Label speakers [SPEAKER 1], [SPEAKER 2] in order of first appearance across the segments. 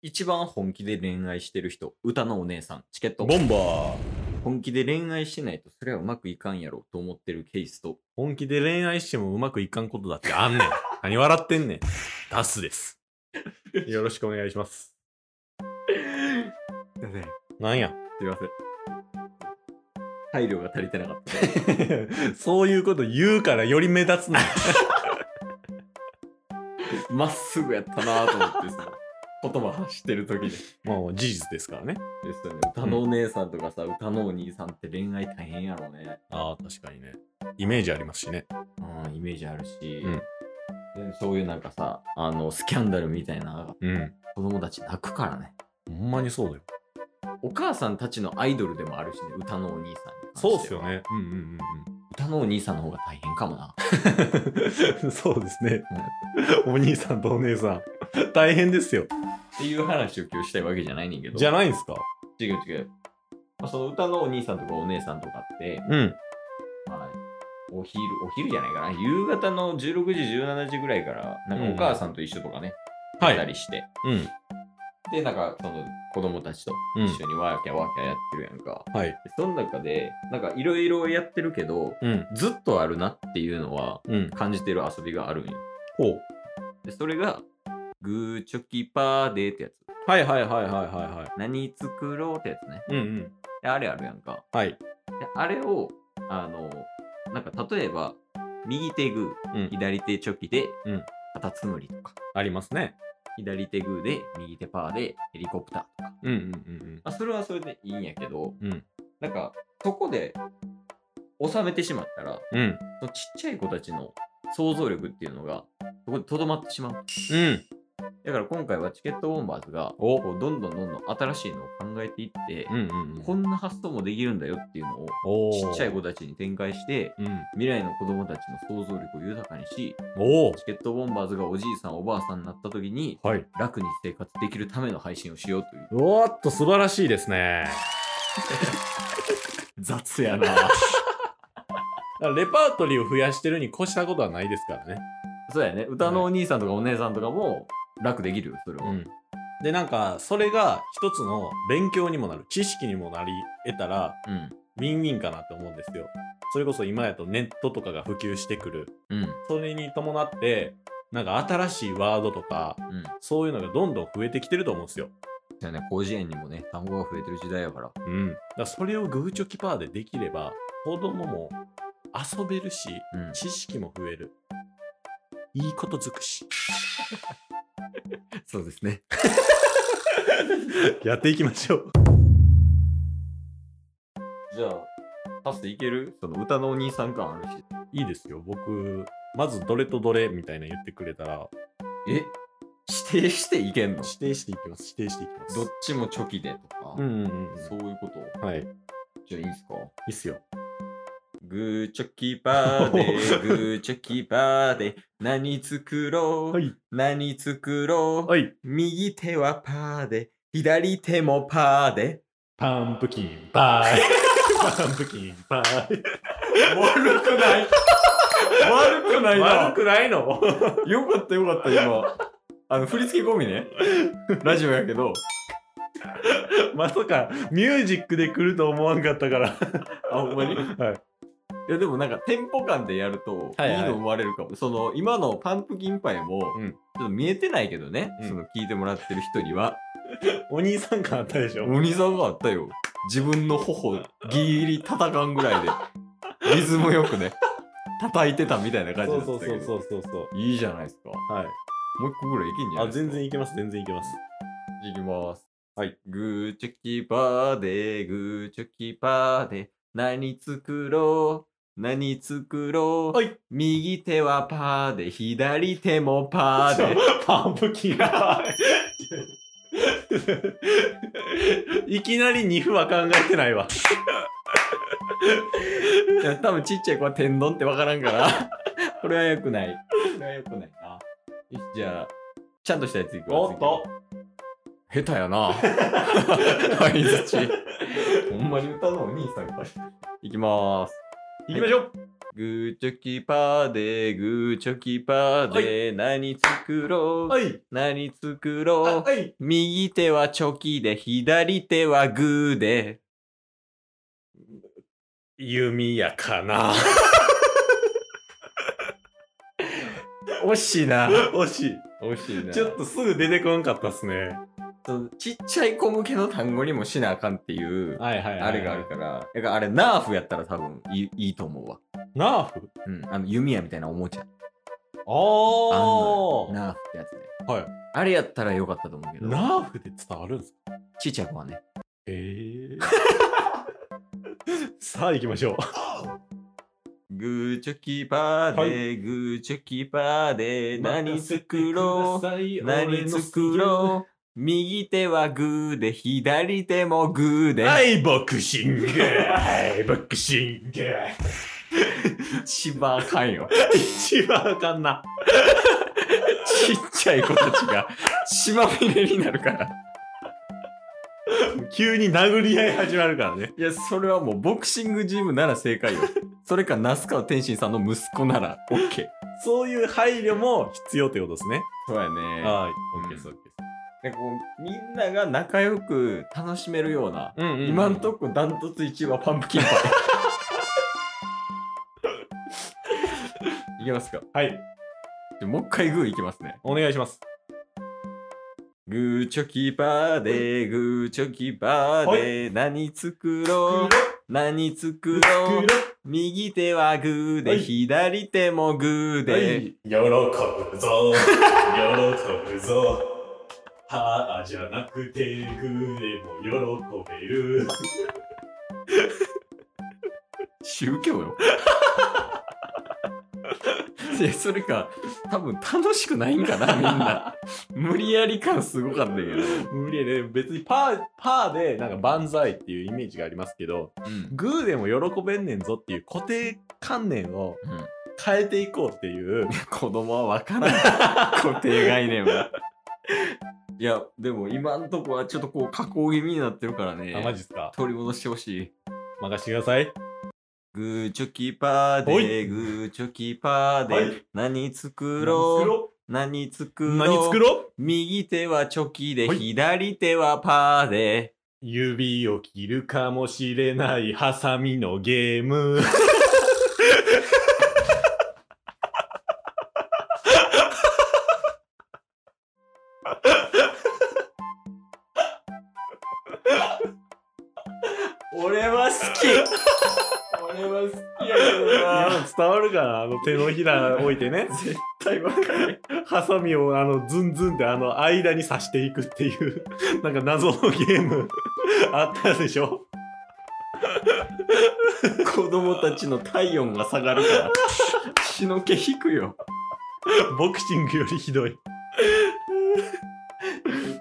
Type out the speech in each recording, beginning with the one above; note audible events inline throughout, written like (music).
[SPEAKER 1] 一番本気で恋愛してる人、歌のお姉さん、チケット。
[SPEAKER 2] ボンバー
[SPEAKER 1] 本気で恋愛してないとそれはうまくいかんやろと思ってるケースと、
[SPEAKER 2] 本気で恋愛してもうまくいかんことだって
[SPEAKER 1] (laughs)
[SPEAKER 2] あんねん。何笑ってんねん。ダスです。よろしくお願いします。
[SPEAKER 1] すいません。
[SPEAKER 2] なんや。
[SPEAKER 1] 配慮が足りてなかった。
[SPEAKER 2] (laughs) そういうこと言うからより目立つな。
[SPEAKER 1] (laughs) まっすぐやったなと思ってさ、言葉発してる時に。です
[SPEAKER 2] もう事実ですからね。
[SPEAKER 1] よね。歌のお姉さんとかさ、歌のお兄さんって恋愛大変やろね。
[SPEAKER 2] ああ、確かにね。イメージありますしね。
[SPEAKER 1] うん、イメージあるし、
[SPEAKER 2] うん
[SPEAKER 1] でそういうなんかさ、あの、スキャンダルみたいな
[SPEAKER 2] うん。
[SPEAKER 1] 子供たち泣くからね。
[SPEAKER 2] ほんまにそうだよ。
[SPEAKER 1] お母さんたちのアイドルでもあるしね、歌のお兄さんに関しては
[SPEAKER 2] そうっすよ。ね。うんうん
[SPEAKER 1] 歌のお兄さんの方が大変かもな。
[SPEAKER 2] うんうん。 (laughs) そうですね。お兄さんとお姉さん。大変ですよ。
[SPEAKER 1] っていう話を今日したいわけじゃないねんけど。
[SPEAKER 2] じゃないんすか
[SPEAKER 1] 違う違う。まあ、その歌のお兄さんとかお姉さんとかって、
[SPEAKER 2] うん。
[SPEAKER 1] まあ、お昼、お昼じゃないかな。夕方の16時、17時ぐらいから、なんかお母さんと一緒とかね、
[SPEAKER 2] は
[SPEAKER 1] 出た
[SPEAKER 2] い。
[SPEAKER 1] りして。
[SPEAKER 2] うん。
[SPEAKER 1] で、なんか、その子供たちと
[SPEAKER 2] う
[SPEAKER 1] 一緒にワーキャーワーキャーやってるやんか。
[SPEAKER 2] ん。はい。
[SPEAKER 1] でその中で、なんかいろいろやってるけど、
[SPEAKER 2] うん。
[SPEAKER 1] ずっとあるなっていうのは
[SPEAKER 2] うん。
[SPEAKER 1] 感じてる遊びがあるんよ。
[SPEAKER 2] ほう。
[SPEAKER 1] で、それが、グーチョキパーでーってやつ。
[SPEAKER 2] はいはいはいはいは
[SPEAKER 1] 何作ろうってやつね。
[SPEAKER 2] いはい。うんうん。
[SPEAKER 1] であれあるやんか。
[SPEAKER 2] はい。
[SPEAKER 1] であれを、あの、なんか例えば、右手グ
[SPEAKER 2] う
[SPEAKER 1] ー、
[SPEAKER 2] ん。
[SPEAKER 1] 左手チョキで
[SPEAKER 2] うん、
[SPEAKER 1] カタツムリとか、
[SPEAKER 2] ありますね。
[SPEAKER 1] 左手グーで、右手パーで、ヘリコプターとか。
[SPEAKER 2] うんうん
[SPEAKER 1] まあ、それはそれでいいんやけど、
[SPEAKER 2] うんうん。
[SPEAKER 1] なんか、そこで収めてしまったら、
[SPEAKER 2] うん。うん。
[SPEAKER 1] そのちっちゃい子たちの想像力っていうのが、そこでとどまってしまう。
[SPEAKER 2] うん。
[SPEAKER 1] だから今回はチケットボンバーズが、
[SPEAKER 2] お
[SPEAKER 1] こうどんどんどんどん新しいのを考えていって、
[SPEAKER 2] うんうんうん。
[SPEAKER 1] こんな発想もできるんだよっていうのを、
[SPEAKER 2] お
[SPEAKER 1] ちっちゃい
[SPEAKER 2] こ
[SPEAKER 1] 子たちに展開して、
[SPEAKER 2] と。うん。
[SPEAKER 1] 未来の子供たちの想像力を豊かにし、
[SPEAKER 2] お
[SPEAKER 1] チケットボンバーズがおじいさん、おばあさんになった時に、
[SPEAKER 2] はい。
[SPEAKER 1] 楽に生活できるための配信をしようという。
[SPEAKER 2] おーっと素晴らしいです (laughs) ね。
[SPEAKER 1] 雑やな。
[SPEAKER 2] だから (laughs) レパートリーを増やしてるに越したことはないですからね。
[SPEAKER 1] そうやね。歌のお兄さんとかお姉さんとかも楽できるよ、それは。
[SPEAKER 2] ん。で、なんか、それが一つの勉強にもなる、知識にもなり得たら、
[SPEAKER 1] うん。
[SPEAKER 2] ウィンウィンかなって思うんですよ。それこそ今やとネットとかが普及してくる。
[SPEAKER 1] うん。
[SPEAKER 2] それに伴って、なんか新しいワードとか、
[SPEAKER 1] うん。
[SPEAKER 2] そういうのがどんどん増えてきてると思うんですよ。
[SPEAKER 1] じゃあね、広辞苑にもね、単語が増えてる時代やから。
[SPEAKER 2] うん。だからそれをグーチョキパーでできれば、子供も遊べるし、
[SPEAKER 1] うん。
[SPEAKER 2] 知識も増える。いいこと尽くし。
[SPEAKER 1] (laughs) そうですね。
[SPEAKER 2] (laughs) やっていきましょう。
[SPEAKER 1] じゃあ、パスいけるその歌のお兄さん感あるし。
[SPEAKER 2] いいですよ。僕、まずどれとどれみたいな言ってくれたら、
[SPEAKER 1] え指定していけんの
[SPEAKER 2] 指定していきます。指定していきます。
[SPEAKER 1] どっちもチョキでとか。
[SPEAKER 2] うんうんうんうん。
[SPEAKER 1] そういうこと
[SPEAKER 2] はい。い
[SPEAKER 1] じゃあいいんすか
[SPEAKER 2] いっすよ。
[SPEAKER 1] グーチョキパー (laughs) で、グーチョキパーで、何作ろう、
[SPEAKER 2] い。
[SPEAKER 1] 何作ろう、
[SPEAKER 2] はい。
[SPEAKER 1] 右手はパーで、左手もパーで。
[SPEAKER 2] パンプキン、パ (laughs) イ。パンプキン、パイ。
[SPEAKER 1] 悪くない
[SPEAKER 2] (laughs)
[SPEAKER 1] 悪くない
[SPEAKER 2] 悪
[SPEAKER 1] な
[SPEAKER 2] くないの
[SPEAKER 1] よかったよかった今。あの、振り付け込みね。ラジオやけど、
[SPEAKER 2] (laughs) まさか、ミュージックで来ると思わんかったから。 (laughs)
[SPEAKER 1] あ、ほんまにい
[SPEAKER 2] はい。
[SPEAKER 1] やでもなんかテンポ感でやると、
[SPEAKER 2] はいい
[SPEAKER 1] い
[SPEAKER 2] はい
[SPEAKER 1] の生まれるかも。その、今のパンプキンパイも、
[SPEAKER 2] うん
[SPEAKER 1] ちょっと見えてないけどね、
[SPEAKER 2] うん
[SPEAKER 1] その聞いてもらってる人には。
[SPEAKER 2] お兄さん感あったでしょ
[SPEAKER 1] お兄さんがあったよ。自分の頬、ギリギリ叩かんぐらいで、リズムよくね、叩いてたみたいな感じ
[SPEAKER 2] そ
[SPEAKER 1] だ
[SPEAKER 2] う
[SPEAKER 1] ったけ
[SPEAKER 2] そ
[SPEAKER 1] ど。
[SPEAKER 2] うそうそうそうそう。
[SPEAKER 1] いいじゃないですか。も
[SPEAKER 2] はい。
[SPEAKER 1] う一個ぐらいいけんじゃない
[SPEAKER 2] あ、
[SPEAKER 1] ですか。
[SPEAKER 2] 全然いけます、全然いけます。
[SPEAKER 1] いきます。
[SPEAKER 2] はい。
[SPEAKER 1] グーチョキパーで、グーチョキパーで、何作ろう、何作ろう。
[SPEAKER 2] はい。
[SPEAKER 1] 右手はパーで、左手もパーで。
[SPEAKER 2] パンプキ (laughs) ンが。いきなり2歩は考えてないわ。
[SPEAKER 1] (laughs) いや、多分ちっちゃい子は天丼ってわからんから。 (laughs) これは良くない。これは良くないな。よし、じゃあ、ちゃんとしたやついくわ。
[SPEAKER 2] おっと。
[SPEAKER 1] 次下手やな。 (laughs) はい、づち。ほんまに歌のお兄さんかい。いきまーす。
[SPEAKER 2] 行きましょう。
[SPEAKER 1] ググーチョキパーで、グーチョキパーで、何作ろう、
[SPEAKER 2] い。
[SPEAKER 1] 何作ろう。
[SPEAKER 2] い。
[SPEAKER 1] 右手はチョキで、左手はグーで。
[SPEAKER 2] 弓やかな。
[SPEAKER 1] (laughs) 惜しいな。
[SPEAKER 2] (laughs) 惜しい。
[SPEAKER 1] 惜しいな。
[SPEAKER 2] ちょっとすぐ出てこんかったっすね。
[SPEAKER 1] と、ちっちゃい子向けの単語にもしなあかんっていう、
[SPEAKER 2] はいはいはい。
[SPEAKER 1] あれがある。から。だからあれ、ナーフやったら多分いいいいと思うわ。
[SPEAKER 2] ナーフ
[SPEAKER 1] うん。あの、弓矢みたいなおもちゃ。あんのよ
[SPEAKER 2] あ
[SPEAKER 1] ナーフってやつね。
[SPEAKER 2] あ。はい。
[SPEAKER 1] あれやったらよかったと思うけど。
[SPEAKER 2] ナーフで伝わるんですか
[SPEAKER 1] ちっちゃい子はね。
[SPEAKER 2] へ (laughs) え。さあ行きましょう。
[SPEAKER 1] グーチョキパーで、
[SPEAKER 2] は
[SPEAKER 1] グーチョキパーで、何作ろう
[SPEAKER 2] う
[SPEAKER 1] 何作ろう右手はグーで、左手もグーで。
[SPEAKER 2] はい、ボクシングはい、ボクシング
[SPEAKER 1] 一番あかんよ。
[SPEAKER 2] 一番あかんな。
[SPEAKER 1] ちっちゃい子たちが、血まみれになるから。
[SPEAKER 2] 急に殴り合い始まるからね。
[SPEAKER 1] いや、それはもうボクシングジムなら正解よ。それか、那須川天心さんの息子なら、オッケー。
[SPEAKER 2] そういう配慮も必要ってことですね。
[SPEAKER 1] そうやね。
[SPEAKER 2] はい、
[SPEAKER 1] ん
[SPEAKER 2] オッケーです、オッケーです。
[SPEAKER 1] なんかこう、みんなが仲良く楽しめるような、
[SPEAKER 2] うんうんうん
[SPEAKER 1] 今んとこダントツ1位はパンプキンパイ。いきますか。
[SPEAKER 2] はい、
[SPEAKER 1] でもう一回グーいきますね。
[SPEAKER 2] お願いします。
[SPEAKER 1] グーチョキパーで、グーチョキパーで、何作ろう、何作ろう、右手はグーで、
[SPEAKER 2] はい
[SPEAKER 1] 左手もグーで、
[SPEAKER 2] 喜ぶぞ喜ぶぞ歯じゃなくてグーでも喜べる
[SPEAKER 1] 宗教よ。 (laughs) いやそれか多分楽しくないんかなみん (laughs) な無理やり感すごかったけど、
[SPEAKER 2] 無理ね別にパーパーでなんか万歳っていうイメージがありますけどグーでも喜べんねんぞっていう固定観念を
[SPEAKER 1] うん
[SPEAKER 2] 変えていこうっていう
[SPEAKER 1] 子供は分からない (laughs) 固定概念はいやでも今んとこはちょっとこう加工気味になってるからね
[SPEAKER 2] あマジっすか
[SPEAKER 1] 取り戻してほしい
[SPEAKER 2] 任してください
[SPEAKER 1] グーチョキパー
[SPEAKER 2] お
[SPEAKER 1] で
[SPEAKER 2] い
[SPEAKER 1] グーチョキパーで、
[SPEAKER 2] はい
[SPEAKER 1] 何作ろう何作ろう
[SPEAKER 2] 何作ろう
[SPEAKER 1] 右手はチョキで、
[SPEAKER 2] はい
[SPEAKER 1] 左手はパーで
[SPEAKER 2] 指を切るかもしれないハサミのゲーム
[SPEAKER 1] 俺は好き (laughs) 俺は好きや
[SPEAKER 2] 今の伝わるかなあの手のひら置いて (laughs) ね
[SPEAKER 1] 絶対分かる
[SPEAKER 2] ハサミをあのズンズンってあの間に刺していくっていう (laughs) なんか謎のゲーム (laughs) あったでしょ
[SPEAKER 1] 子供たちの体温が下がる (laughs) から血の気引くよ
[SPEAKER 2] ボクシングよりひどい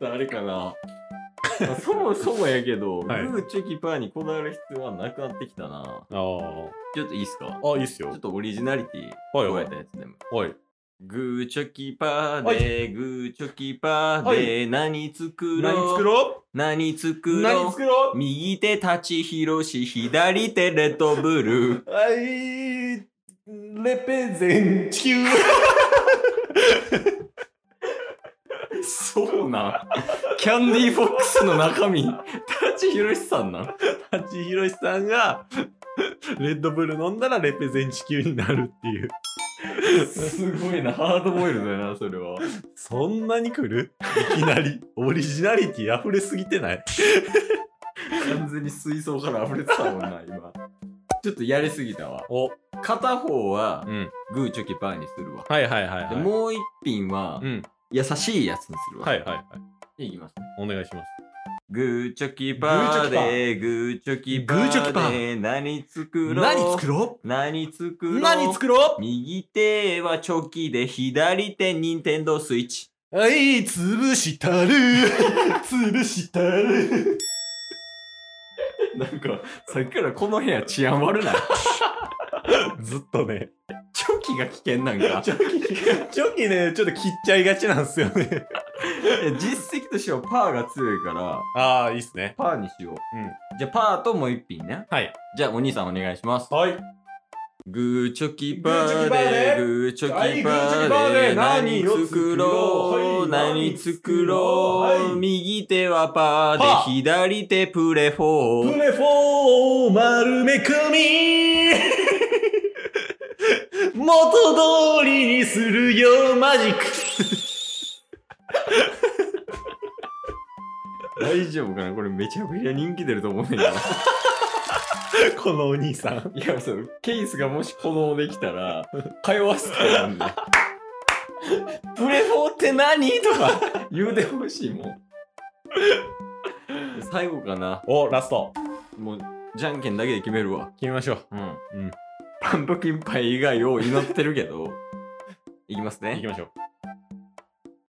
[SPEAKER 1] あれかなまあそもそもやけど、
[SPEAKER 2] はい
[SPEAKER 1] グーチョキパーにこだわる必要はなくなってきたな
[SPEAKER 2] あー
[SPEAKER 1] ちょっといいっすか
[SPEAKER 2] あいいっす
[SPEAKER 1] ち
[SPEAKER 2] よ
[SPEAKER 1] ょっとオリジナリティ
[SPEAKER 2] はい
[SPEAKER 1] 加
[SPEAKER 2] は
[SPEAKER 1] え
[SPEAKER 2] い
[SPEAKER 1] たやつでも
[SPEAKER 2] はい
[SPEAKER 1] グーチョキパーで、
[SPEAKER 2] は
[SPEAKER 1] グーチョキパーで、何作ろう
[SPEAKER 2] 何作ろ
[SPEAKER 1] 何作
[SPEAKER 2] う
[SPEAKER 1] ろう
[SPEAKER 2] 何作ろう
[SPEAKER 1] 右手立ち広し左手レッドブル
[SPEAKER 2] はいレペゼン地球
[SPEAKER 1] ーそうなんキャンディーフォックスの中身立ち広しさんなん
[SPEAKER 2] 舘ひろしさんがレッドブル飲んだらレペゼン地球になるっていう
[SPEAKER 1] すごいなハードボイルだよなそれは
[SPEAKER 2] そんなに来るいきなりオリジナリティ溢れすぎてない
[SPEAKER 1] 完全に水槽から溢れてたもんな今ちょっとやりすぎたわ
[SPEAKER 2] お
[SPEAKER 1] 片方は
[SPEAKER 2] うん
[SPEAKER 1] グーチョキパーにするわ、
[SPEAKER 2] はいはいはいはい
[SPEAKER 1] でもう一品は
[SPEAKER 2] うん
[SPEAKER 1] 優しいやつにするわ
[SPEAKER 2] はいはいはい
[SPEAKER 1] いきます
[SPEAKER 2] お願いします
[SPEAKER 1] グーチョキパーでグーチョキパ
[SPEAKER 2] グーチョキパ
[SPEAKER 1] ーで
[SPEAKER 2] ー
[SPEAKER 1] 何作ろう
[SPEAKER 2] 何作ろ
[SPEAKER 1] 何作ろ
[SPEAKER 2] う
[SPEAKER 1] う
[SPEAKER 2] 何作ろ
[SPEAKER 1] 右手はチョキで左手ニンテンドースイッチ
[SPEAKER 2] うはい、潰した (laughs) る潰したる
[SPEAKER 1] なんかさっきからこの部屋治安悪 (laughs) ない
[SPEAKER 2] ずっとね、
[SPEAKER 1] チョキが危険なんか
[SPEAKER 2] チョキ、チョキね、ちょっと切っちゃいがちなんですよね。
[SPEAKER 1] いや実績としてはパーが強いから
[SPEAKER 2] ああ、いいっすね。
[SPEAKER 1] パーにしよう、
[SPEAKER 2] うん
[SPEAKER 1] じゃあパーともう一品ね
[SPEAKER 2] はい。
[SPEAKER 1] じゃあお兄さんお願いします
[SPEAKER 2] はい。
[SPEAKER 1] グーチョキパーで、グーチョキパーで、何作ろう、何作ろう、右手はパーで、左手プレフォー。
[SPEAKER 2] レフォー丸め込 (laughs) み元通りにするよマジック
[SPEAKER 1] 大丈夫かなこれめちゃくちゃ人気出ると思うん (laughs) や
[SPEAKER 2] このお兄さん
[SPEAKER 1] けど。いや、そう、ケースがもし子供できた (laughs) ら、通わせたらなんで。プレフォーって何とか (laughs) 言うてほしいもん。最後かな。
[SPEAKER 2] おラスト
[SPEAKER 1] もう、じゃんけんだけで決めるわ。
[SPEAKER 2] 決めましょう
[SPEAKER 1] うん。パンプキンパイ以外を祈ってるけど。いきます
[SPEAKER 2] 行き
[SPEAKER 1] ね。
[SPEAKER 2] ましょう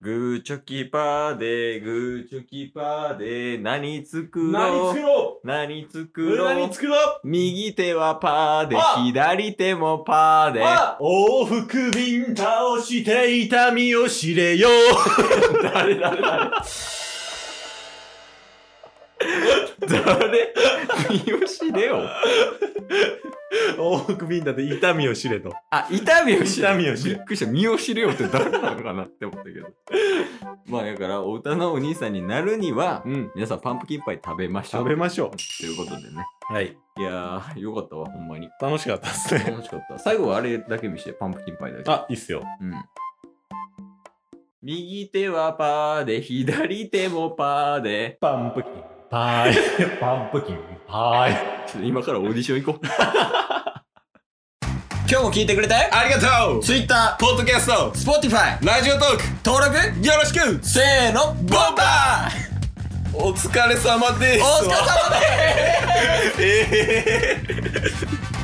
[SPEAKER 1] グーチョキパーで、グーチョキパーで、何作
[SPEAKER 2] 何
[SPEAKER 1] ろ
[SPEAKER 2] 作
[SPEAKER 1] う
[SPEAKER 2] ろ
[SPEAKER 1] 何作
[SPEAKER 2] う
[SPEAKER 1] ろう
[SPEAKER 2] 何作ろ
[SPEAKER 1] 右手はパーで
[SPEAKER 2] あ、
[SPEAKER 1] 左手もパー
[SPEAKER 2] う
[SPEAKER 1] で。
[SPEAKER 2] あ往復便倒して痛みを知れ (laughs) よ
[SPEAKER 1] 誰誰誰誰三好レオ
[SPEAKER 2] 往復便だって痛みを知れと
[SPEAKER 1] あ、痛みを知
[SPEAKER 2] 痛みを知
[SPEAKER 1] び
[SPEAKER 2] れ
[SPEAKER 1] っくりした。三好レオって誰なのかなって思ったけど。まあ、だから、お歌のお兄さんになるには、
[SPEAKER 2] うん
[SPEAKER 1] 皆さんパンプキンパイ食べましょう。
[SPEAKER 2] 食べましょ
[SPEAKER 1] ということでね。
[SPEAKER 2] うはい
[SPEAKER 1] いやー、よかったわ、ほんまに。
[SPEAKER 2] 楽しかったです
[SPEAKER 1] (laughs)
[SPEAKER 2] ね
[SPEAKER 1] 楽しかった。最後はあれだけ見して、パンプキンパイだけ。
[SPEAKER 2] (laughs) あいいっすよ
[SPEAKER 1] うん。右手はパーで、左手もパーで。
[SPEAKER 2] パンプキンパーイ (laughs) パンプキンパーイ
[SPEAKER 1] ちょっと今からオーディション行こう。今日も聞いてくれてありがとう !Twitter、ポッドキャスト、Spotify、ラジオトーク、登録よろしくせーの、ボンバー
[SPEAKER 2] お疲れ様です (laughs)
[SPEAKER 1] お疲れ様です
[SPEAKER 2] ええ